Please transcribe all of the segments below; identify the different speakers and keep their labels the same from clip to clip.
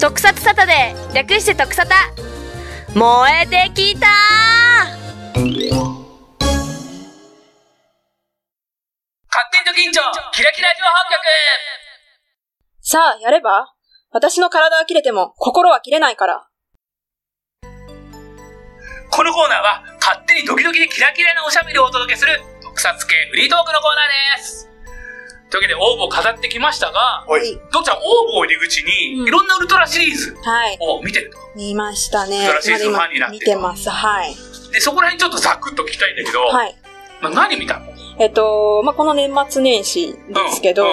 Speaker 1: 特撮サタデー略して特サタ燃えてきた
Speaker 2: 勝手にド緊張キラキラ情報局
Speaker 3: さあ、やれば私の体は切れても心は切れないから。
Speaker 2: このコーナーは勝手にドキドキでキラキラなおしゃべりをお届けする特撮系フリートークのコーナーですというわけで応募を飾ってきましたが
Speaker 3: はい。
Speaker 2: どっちゃん応募を入り口に
Speaker 3: うん
Speaker 2: いろんなウルトラシリーズ
Speaker 3: はい。
Speaker 2: を見てると
Speaker 3: 見ましたね。
Speaker 2: 素晴らしいです
Speaker 3: まだ今
Speaker 2: ファンになって
Speaker 3: 見てます。はい。
Speaker 2: でそこら辺ちょっとざくっと聞きたいんだけど、
Speaker 3: はい。
Speaker 2: まあ、何見たの
Speaker 3: えっと、まあ、この年末年始で
Speaker 2: うん
Speaker 3: すけど、
Speaker 2: うん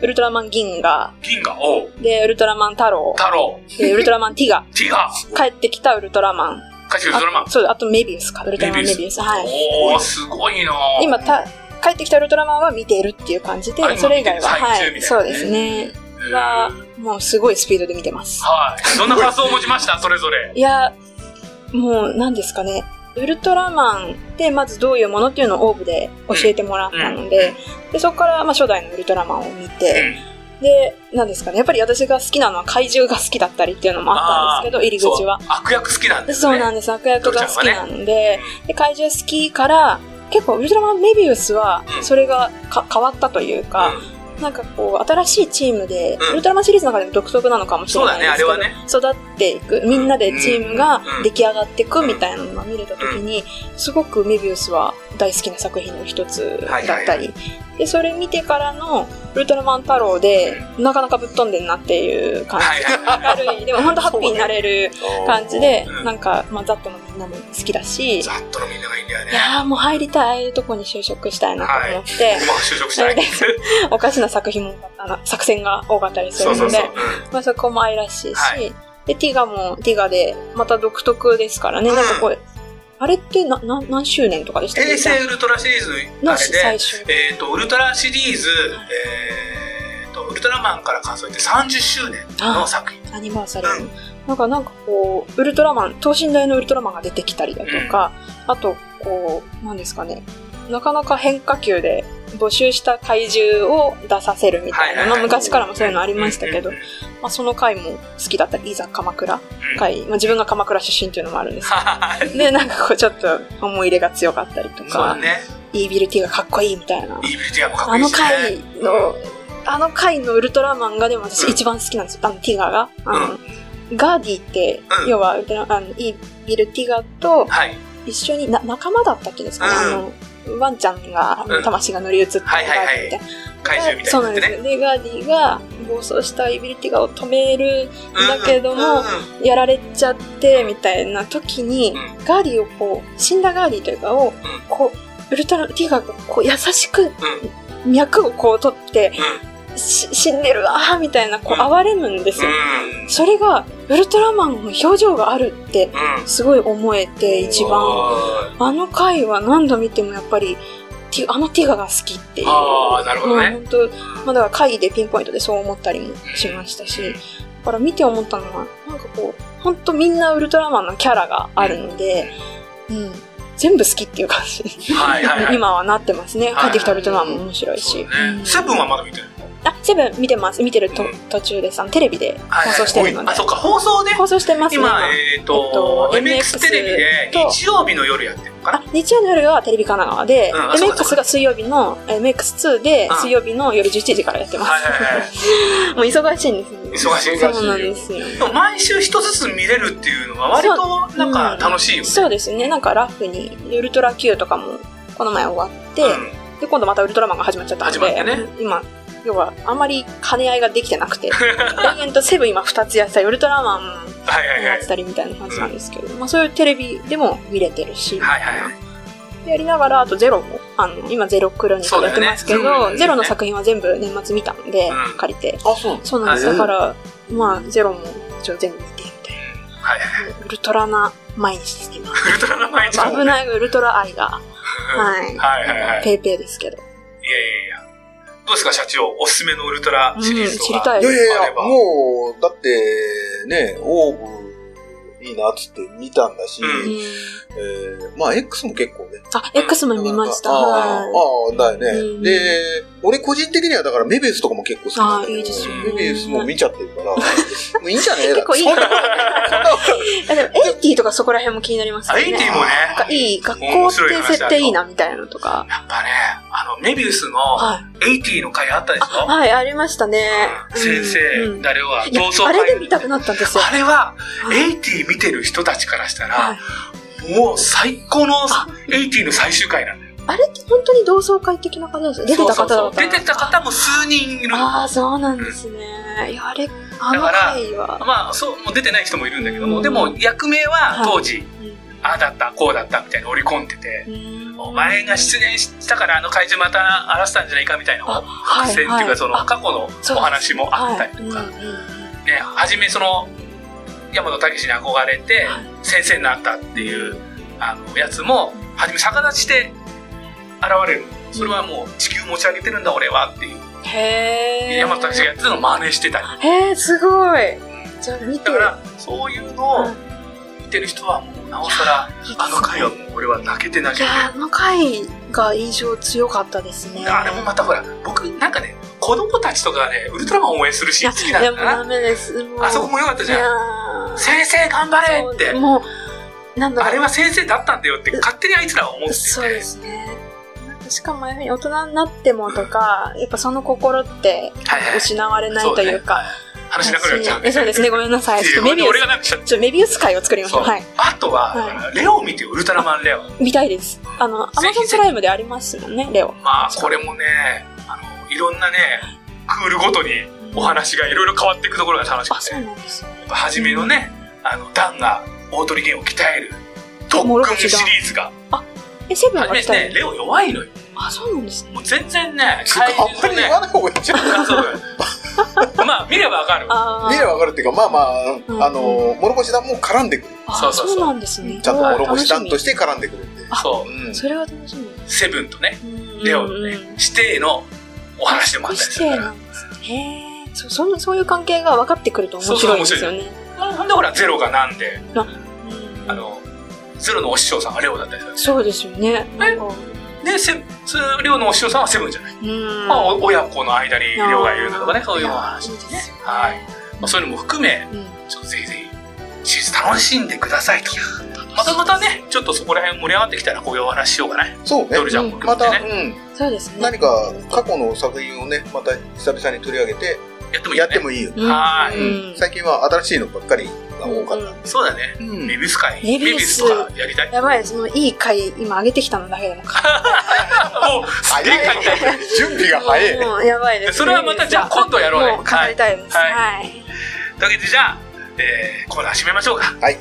Speaker 3: ウルトラマン銀河、
Speaker 2: 銀河おう
Speaker 3: で、ウルトラマン太郎、
Speaker 2: 太郎
Speaker 3: でウルトラマンティガ、
Speaker 2: ティガ
Speaker 3: 帰ってきたウルトラマン。
Speaker 2: ー歌手ウルトラマン
Speaker 3: あそうだ、あとメビウスか。ウルトラマ
Speaker 2: メ
Speaker 3: ン
Speaker 2: ビウ
Speaker 3: メ
Speaker 2: ス
Speaker 3: ビウス。はい。
Speaker 2: おーすごいなー
Speaker 3: 今た、帰ってきたウルトラマンは見ているっていう感じで
Speaker 2: あ今、
Speaker 3: それ以外は、
Speaker 2: 見てる
Speaker 3: は
Speaker 2: 最中み
Speaker 3: い。
Speaker 2: たい
Speaker 3: そ
Speaker 2: な
Speaker 3: う
Speaker 2: ね
Speaker 3: ですね。
Speaker 2: へー
Speaker 3: は、もうすごいスピードで見てます。
Speaker 2: はいどんな感想を持ちましたそれぞれ
Speaker 3: いや、もう何ですかね。ウルトラマンってまずどういうものっていうのをオーブで教えてもらったので、でそこからまあ初代のウルトラマンを見て、で、何ですかね、やっぱり私が好きなのは怪獣が好きだったりっていうのもあったんですけど、入り口は
Speaker 2: そ。う悪役好きなん
Speaker 3: で
Speaker 2: です
Speaker 3: そう
Speaker 2: ね
Speaker 3: なんです、悪役が好きなので,、
Speaker 2: ね
Speaker 3: で、怪獣好きから、結構ウルトラマンメビウスは
Speaker 2: うん
Speaker 3: それがか変わったというか、
Speaker 2: うん
Speaker 3: なんかこう新しいチームで、
Speaker 2: うん
Speaker 3: ウルトラマンシリーズの中でも独特なのかもしれないですけ
Speaker 2: そ
Speaker 3: ど、
Speaker 2: うだね
Speaker 3: 育っていくみんなでチームが
Speaker 2: うん
Speaker 3: 出来上がっていくみたいなのが見れた時に、すごくメビウスは大好きな作品の一つだ
Speaker 2: は
Speaker 3: っ
Speaker 2: い
Speaker 3: た
Speaker 2: は
Speaker 3: り、
Speaker 2: いは
Speaker 3: でそれ見てからの「ウルトラマン太郎で」なかなかぶっ飛んでんなっていう感じ、
Speaker 2: はいはい
Speaker 3: 明るいでも本当ハッピーになれる感じで、
Speaker 2: うん
Speaker 3: なんか、まあ、ザットのみんなも好きだし。
Speaker 2: ざっとのみんながいいんだよ
Speaker 3: い
Speaker 2: ね。
Speaker 3: やーもう入りたい、ああいうとこに就職したいなと思って、
Speaker 2: うまく就職したい。
Speaker 3: おかしな作品も多かったな作戦が多かったりす
Speaker 2: そ
Speaker 3: る
Speaker 2: うそ
Speaker 3: の
Speaker 2: うそう。
Speaker 3: で
Speaker 2: うん、
Speaker 3: まあ、そこも愛らしいし、
Speaker 2: はい
Speaker 3: でティガもティガでまた独特ですからね、
Speaker 2: うん
Speaker 3: なんかこうあれってなな何周年とかでしたっけ
Speaker 2: 平成ウルトラシリーズのあ
Speaker 3: の
Speaker 2: れ
Speaker 3: 最
Speaker 2: で、
Speaker 3: 終
Speaker 2: えっと、ウルトラシリーズ、えっと、ウルトラマンから数えて30周年の作品。
Speaker 3: アニバーサリーの、なんかなんかこうウルトラマン等身大のウルトラマンが出てきたりだとか、あとこうなんですかねなかなか変化球で募集した怪獣を出させるみたいな、
Speaker 2: はいはいはい
Speaker 3: まあ、昔からもそういうのありましたけど、
Speaker 2: うん うんうん
Speaker 3: まあ、その回も好きだったりいざ鎌倉回、まあ、自分が鎌倉出身っていうのもあるんですけど
Speaker 2: はい
Speaker 3: で、なんかこうちょっと思い入れが強かったりと
Speaker 2: そうだ
Speaker 3: か、
Speaker 2: ね。
Speaker 3: イービルティがかっこいいみたいな。
Speaker 2: イービルティアもかっこ
Speaker 3: あ
Speaker 2: いい
Speaker 3: の
Speaker 2: しね
Speaker 3: 回の、あの回のウルトラマンがでも私
Speaker 2: うん
Speaker 3: 一番好きなんですよ。あのティガが。あの、ガーディって、
Speaker 2: うん
Speaker 3: 要はウルトラあの、イービルティガと
Speaker 2: はい。
Speaker 3: 一緒にな仲間だったっけですかね。あの、ワンちゃんが
Speaker 2: うん
Speaker 3: 魂が乗り移って、
Speaker 2: はいはいはい
Speaker 3: ガーディみたいな
Speaker 2: 怪獣みたい
Speaker 3: そう
Speaker 2: な
Speaker 3: なん
Speaker 2: やつね
Speaker 3: ですよ。で、ガーディが暴走したイービルティガを止めるだけども
Speaker 2: うんうん
Speaker 3: やられちゃってみたいな時に、
Speaker 2: う
Speaker 3: ガーディをこう死んだガーディというかを、こうウルトラティガーがこう優しく脈をこう取ってし死んでるわーみたいなこう
Speaker 2: うん
Speaker 3: 哀れむんですよ、
Speaker 2: うん
Speaker 3: それがウルトラマンの表情があるって
Speaker 2: うん
Speaker 3: すごい思えて一番
Speaker 2: あ
Speaker 3: あの回は何度見てもやっぱりティあのティガが好きっていう
Speaker 2: あーなるほどね
Speaker 3: うん本当まあだから回でピンポイントでそう思ったりもしましたし、だから見て思ったのはなんかこう本当みんなウルトラマンのキャラがあるので、うん、全部好きっていう感じ
Speaker 2: ーはいはいはい。
Speaker 3: 今はなってますね
Speaker 2: はい
Speaker 3: 帰ってきたウルトラマンも面白い
Speaker 2: そ
Speaker 3: し、
Speaker 2: うだ
Speaker 3: う
Speaker 2: ね。
Speaker 3: ん
Speaker 2: セブンはまだ見てる。
Speaker 3: あセブン見てます見てると、
Speaker 2: うん
Speaker 3: 途中ですあのテレビで放送してるので、
Speaker 2: あ、そっか、放送で。
Speaker 3: 放送してますね
Speaker 2: 今、えっと、
Speaker 3: えっと
Speaker 2: MX テレビで
Speaker 3: MX と
Speaker 2: 日曜日の夜やってるのかな
Speaker 3: あ日曜の夜はテレビ神奈川で、
Speaker 2: うんあそうかそう
Speaker 3: MX が水曜日の MX2 で
Speaker 2: うん
Speaker 3: 水曜日の夜11時からやってます、
Speaker 2: はいはいは
Speaker 3: もう忙しいんですよ
Speaker 2: 忙しい
Speaker 3: そうなんですよ
Speaker 2: でも毎週一つずつ見れるっていうのは割となんか楽しいよね。
Speaker 3: そうですねなんかラフにウルトラ Q とかもこの前終わって、
Speaker 2: うん
Speaker 3: で今度またウルトラマンが始まっちゃったので
Speaker 2: 始まってね
Speaker 3: 今要はあんまり兼ね合いができてなくて永遠とセブン今2つやってたりウルトラマンも
Speaker 2: はいはいは
Speaker 3: や
Speaker 2: い
Speaker 3: って。たりみたいな感じなんですけど、まあ、そういうテレビでも見れてるし、
Speaker 2: はいはいはい。
Speaker 3: やりながらあとゼロもあの今ゼロクロニカルやってますけ
Speaker 2: そうだよね
Speaker 3: ど、
Speaker 2: うん
Speaker 3: ゼロの作品は全部年末見たんで、
Speaker 2: うん
Speaker 3: 借りて
Speaker 2: あ、そうなん
Speaker 3: そうなんです
Speaker 2: は
Speaker 3: だ
Speaker 2: い
Speaker 3: からまあゼロも一応全部見てみたい
Speaker 2: はいはい。
Speaker 3: なウルトラな毎日ですね今
Speaker 2: ウルトラな毎日
Speaker 3: 危ないウルトラ愛がはい
Speaker 2: はいはいはい。いやい
Speaker 3: ペイペイですけど、
Speaker 2: やいや。どうですか、社長。おすすめのウルトラシリーズとか。
Speaker 3: うん知りたい
Speaker 4: いやいやい
Speaker 2: あ
Speaker 4: や
Speaker 2: れ、ば
Speaker 4: もう、だって、ね、オーブにいいなっつって見たんだし、
Speaker 2: うん
Speaker 4: えーまあ X も結構ね。
Speaker 3: あ、X も見ました。
Speaker 4: なかなかあ
Speaker 3: は
Speaker 4: ーあー、だよね、
Speaker 3: うん
Speaker 4: で、俺個人的にはだからメビウスとかも結構好きなんだけ
Speaker 3: あー
Speaker 4: ど
Speaker 3: いいです
Speaker 2: よね
Speaker 4: メビウスも見ちゃってるから、もういいんじゃねえ だ
Speaker 3: 結構いい
Speaker 4: そんな
Speaker 3: はい。えでも、エイティとかそこら辺も気になりますよね。
Speaker 2: エイティもね
Speaker 3: なんかいい、学校って設定いいなみたいなのとか。
Speaker 2: やっぱね、あの、メビウスの
Speaker 3: はい。
Speaker 2: 80の回あったでしょ、
Speaker 3: はい、ありましたね。
Speaker 2: 先
Speaker 3: うんう
Speaker 2: 生、
Speaker 3: ん
Speaker 2: 誰は、
Speaker 3: いや
Speaker 2: 同窓
Speaker 3: あ
Speaker 2: 会
Speaker 3: れで見たくなったんですよ。
Speaker 2: あれは、
Speaker 3: はい
Speaker 2: 80見てる人たちからした
Speaker 3: は
Speaker 2: ら
Speaker 3: い、
Speaker 2: もう最高の
Speaker 3: あ
Speaker 2: 80の最終回なんだよ。
Speaker 3: あれって本当に同窓会的な方ですよ。出てた方だ
Speaker 2: そう
Speaker 3: っ
Speaker 2: そう
Speaker 3: た
Speaker 2: そう出てた方も数人いる。
Speaker 3: ああ、そうなんですね。いや、あれ、あの回は。
Speaker 2: まあ、そう、もう出てない人もいるんだけども、
Speaker 3: うん
Speaker 2: でも役名は当時、
Speaker 3: うん
Speaker 2: ああだった、こうだったみたいに織り込んでて、
Speaker 3: うん
Speaker 2: お前が失念したからあの怪獣また荒らしたんじゃないかみたいな
Speaker 3: あ
Speaker 2: 伏線っていうか、
Speaker 3: はいはい
Speaker 2: その
Speaker 3: あ
Speaker 2: 過去のお話もあったりとか、
Speaker 3: はいうんうんうん
Speaker 2: ね、初めその山野武に憧れて
Speaker 3: はい
Speaker 2: 先生になったっていうあのやつも初め逆立ちで現れるそれはもう地球持ち上げてるんだ俺はっていう
Speaker 3: へえ。
Speaker 2: 山野武がやってたのを真似してたり
Speaker 3: へえ、すごい。じゃあ見て。
Speaker 2: だからそういうのを
Speaker 3: うん
Speaker 2: 見てる人はもうなおさら
Speaker 3: いいですね
Speaker 2: あの回はもう俺は泣けて泣
Speaker 3: い
Speaker 2: けて
Speaker 3: やーあの回が印象強かったですね。
Speaker 2: あれもまたほら僕なんかね子供たちとかがねウルトラマンを応援するシーン好き
Speaker 3: いや
Speaker 2: なん
Speaker 3: で
Speaker 2: だ
Speaker 3: も
Speaker 2: な
Speaker 3: ダメです。もう
Speaker 2: あそこも良かったじゃん
Speaker 3: いやー
Speaker 2: 先生頑張れって
Speaker 3: そうもう、なんだろう。
Speaker 2: あれは先生だったんだよって勝手にあいつらは思ってて
Speaker 3: そうですね。なんかしかもああいうふうに大人になってもとか、やっぱその心って
Speaker 2: はいはい
Speaker 3: 失われないというか。
Speaker 2: 話しなくなっちゃう
Speaker 3: えそうですね、ごめん なさい。ちょっとメビウ
Speaker 2: 俺
Speaker 3: ス
Speaker 2: が、なんかしちゃっ
Speaker 3: ちょっとメビウス回を作りましょう。
Speaker 2: そう
Speaker 3: はい。
Speaker 2: あとは、
Speaker 3: は
Speaker 2: レオを見てよウルトラマンレオ。
Speaker 3: 見たいです。あの、アマゾンプライムでありますもんね、レオ。
Speaker 2: まあ、これもね、あの、いろんなね、クールごとにお話がいろいろ変わっていくところが楽し
Speaker 3: あ、
Speaker 2: くて、
Speaker 3: そう
Speaker 2: やっ
Speaker 3: なんですよ。
Speaker 2: ぱ初めのね、あの、ダンが大鳥弦を鍛える特
Speaker 3: もろ
Speaker 2: 訓
Speaker 3: く
Speaker 2: シリ
Speaker 3: ちダン
Speaker 2: ーズが、
Speaker 3: え、セブンが
Speaker 2: 初
Speaker 3: 来た
Speaker 2: めね、レオ弱いのよ。
Speaker 3: あ、そうなんですね。
Speaker 2: もう全然ね、
Speaker 4: そっかあんまり言わ
Speaker 2: ね、
Speaker 4: ない方がいいんじゃない
Speaker 2: そうまあ、見ればわかる。
Speaker 3: あー
Speaker 4: 見ればわかるっていうか、まあまあ、
Speaker 3: うん
Speaker 4: あの、諸星団も絡んでくる。
Speaker 3: あ
Speaker 2: そうそうそう
Speaker 3: なんですね。
Speaker 4: ちゃんと諸
Speaker 3: 楽
Speaker 4: 星
Speaker 3: し
Speaker 4: 団
Speaker 3: み
Speaker 4: として絡んでくるんで。
Speaker 2: そうう、
Speaker 4: ん。
Speaker 3: それは楽しみです。
Speaker 2: セブンとね、
Speaker 3: うん
Speaker 2: レオのね、
Speaker 3: うん
Speaker 2: 指定のお話でもあったりする
Speaker 3: 指定
Speaker 2: から。
Speaker 3: なんですね。へえ。そう、そんなそういう関係が分かってくると面白いですよね。
Speaker 2: ほんでほら、ゼロがなんで、
Speaker 3: うん
Speaker 2: あの、ゼロのお師匠さんがレオだったりする
Speaker 3: そうですよね。なんか
Speaker 2: で、セそのレオのお師匠さんはセブンじゃない。
Speaker 3: うん
Speaker 2: まあ、お親子の間にレオがいるのとかね、そういうお話
Speaker 3: いや
Speaker 2: で
Speaker 3: いい
Speaker 2: す
Speaker 3: で
Speaker 2: ね
Speaker 3: すよ。ね
Speaker 2: はい。まあ、そういうのも含め、
Speaker 3: うん
Speaker 2: ちょっとぜひぜひ、シリーズ楽しんでくださいと。またまたね、ちょっとそこら辺盛り上がってきたら、こういうお話しようかね。
Speaker 4: そうね
Speaker 2: ド。ルジャンも含
Speaker 4: また、
Speaker 2: めてね。
Speaker 4: うん、
Speaker 3: そうですね。
Speaker 4: 何か過去の作品をね、また久々に取り上げて、
Speaker 2: やってもいい
Speaker 4: や
Speaker 2: よ
Speaker 4: って
Speaker 2: ね。
Speaker 3: うん
Speaker 4: もいいよ。
Speaker 2: はー
Speaker 3: うん
Speaker 4: 最近は新しいのばっかりが多かった。
Speaker 2: そうだね。
Speaker 4: うん
Speaker 2: メビウス会。
Speaker 3: メビウス
Speaker 2: とかやりたい。
Speaker 3: やばい、そのいい回、今上げてきたのだけでもか。
Speaker 2: もう、すげえ書いてある
Speaker 4: 準備が早い。
Speaker 3: もうやばいですね。
Speaker 2: それはまたじゃあ今度やろうね
Speaker 3: もう語りたいです。
Speaker 2: はい
Speaker 3: はい。
Speaker 2: というわけで、じゃあ、えーコーナー締めましょうか。
Speaker 3: はい。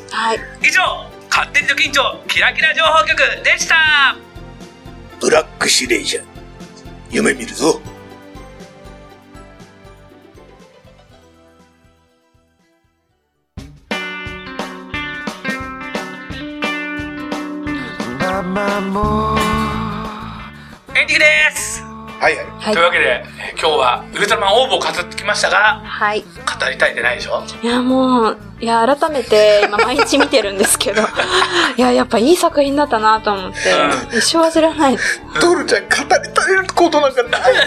Speaker 2: 以上勝手にドキンチョキラキラ情報局でした
Speaker 4: ブラックシレイジャー。夢見るぞ。
Speaker 2: エンディングです、
Speaker 4: はいはい。
Speaker 3: はい
Speaker 2: というわけでえー今日はウルトラマンオーブを語ってきましたが
Speaker 3: はい。
Speaker 2: 語りたいでないでしょ
Speaker 3: いや、もう、いや、改めて、今、毎日見てるんで すけど、いや、やっぱいい作品だったなと思って、一生忘 れないです。
Speaker 4: ドルちゃん語り足りることなんかない ね。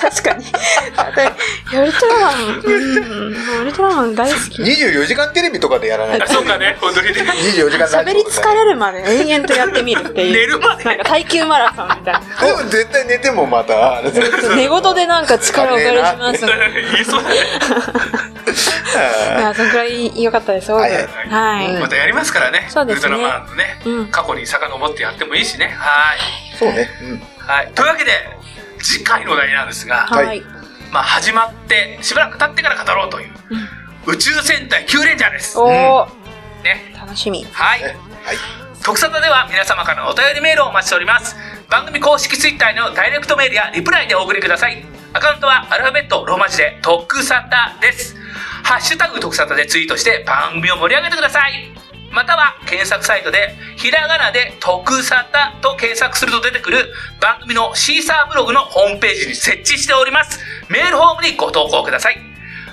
Speaker 3: 確かに。いやウルトラマン、 うん、もうウルトラマン大好き。
Speaker 4: 24時間テレビとかでやらないと
Speaker 2: あ。そうかね本当にね
Speaker 4: 24時間ラジ
Speaker 3: 喋
Speaker 4: オ
Speaker 3: り
Speaker 4: と
Speaker 3: 疲
Speaker 4: かね
Speaker 3: れるまで延々とやってみるって
Speaker 2: 寝
Speaker 3: いう。
Speaker 2: るまで
Speaker 3: なんか耐久マラソンみたいな。
Speaker 4: でも絶対寝てもまた、 あれだよ
Speaker 3: 寝言でなんか力を借りします ね。
Speaker 2: 言いそうだね、
Speaker 3: いや、そのくらい良かったです、オー
Speaker 4: はい
Speaker 3: ブ。はい。
Speaker 2: またやりますからね
Speaker 3: そうですね
Speaker 2: ウルトラマンのね
Speaker 3: うん。
Speaker 2: 過去に遡ってやってもいいしねはい
Speaker 4: そうね。うん。
Speaker 2: はいというわけで次回のお題なんですが、
Speaker 4: はい
Speaker 3: はい。
Speaker 2: まあ、始まってしばらく経ってから語ろうという、宇宙戦隊キュウレンジャーです
Speaker 3: おー、
Speaker 2: ね
Speaker 3: 楽しみ。
Speaker 2: はい、
Speaker 4: はい。
Speaker 2: 特撮では皆様からのお便りメールをお待ちしております番組公式ツイッターのダイレクトメールやリプライでお送りくださいアカウントはアルファベットローマ字で「特サタ」ですハッシュタグ特サタでツイートして番組を盛り上げてくださいまたは検索サイトでひらがなで「特サタ」と検索すると出てくる番組のシーサーブログのホームページに設置しておりますメールフォームにご投稿ください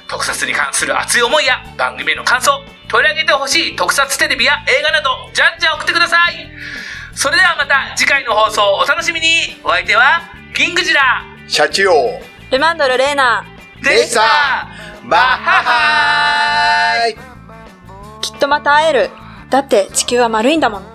Speaker 2: 特撮に関する熱い思いや番組への感想取り上げてほしい特撮テレビや映画などじゃんじゃん送ってくださいそれではまた次回の放送をお楽しみにお相手はキングジラ
Speaker 4: 社長
Speaker 3: ルマンドル・レーナ
Speaker 2: でした
Speaker 4: バッハハーイ
Speaker 3: きっとまた会えるだって地球は丸いんだもん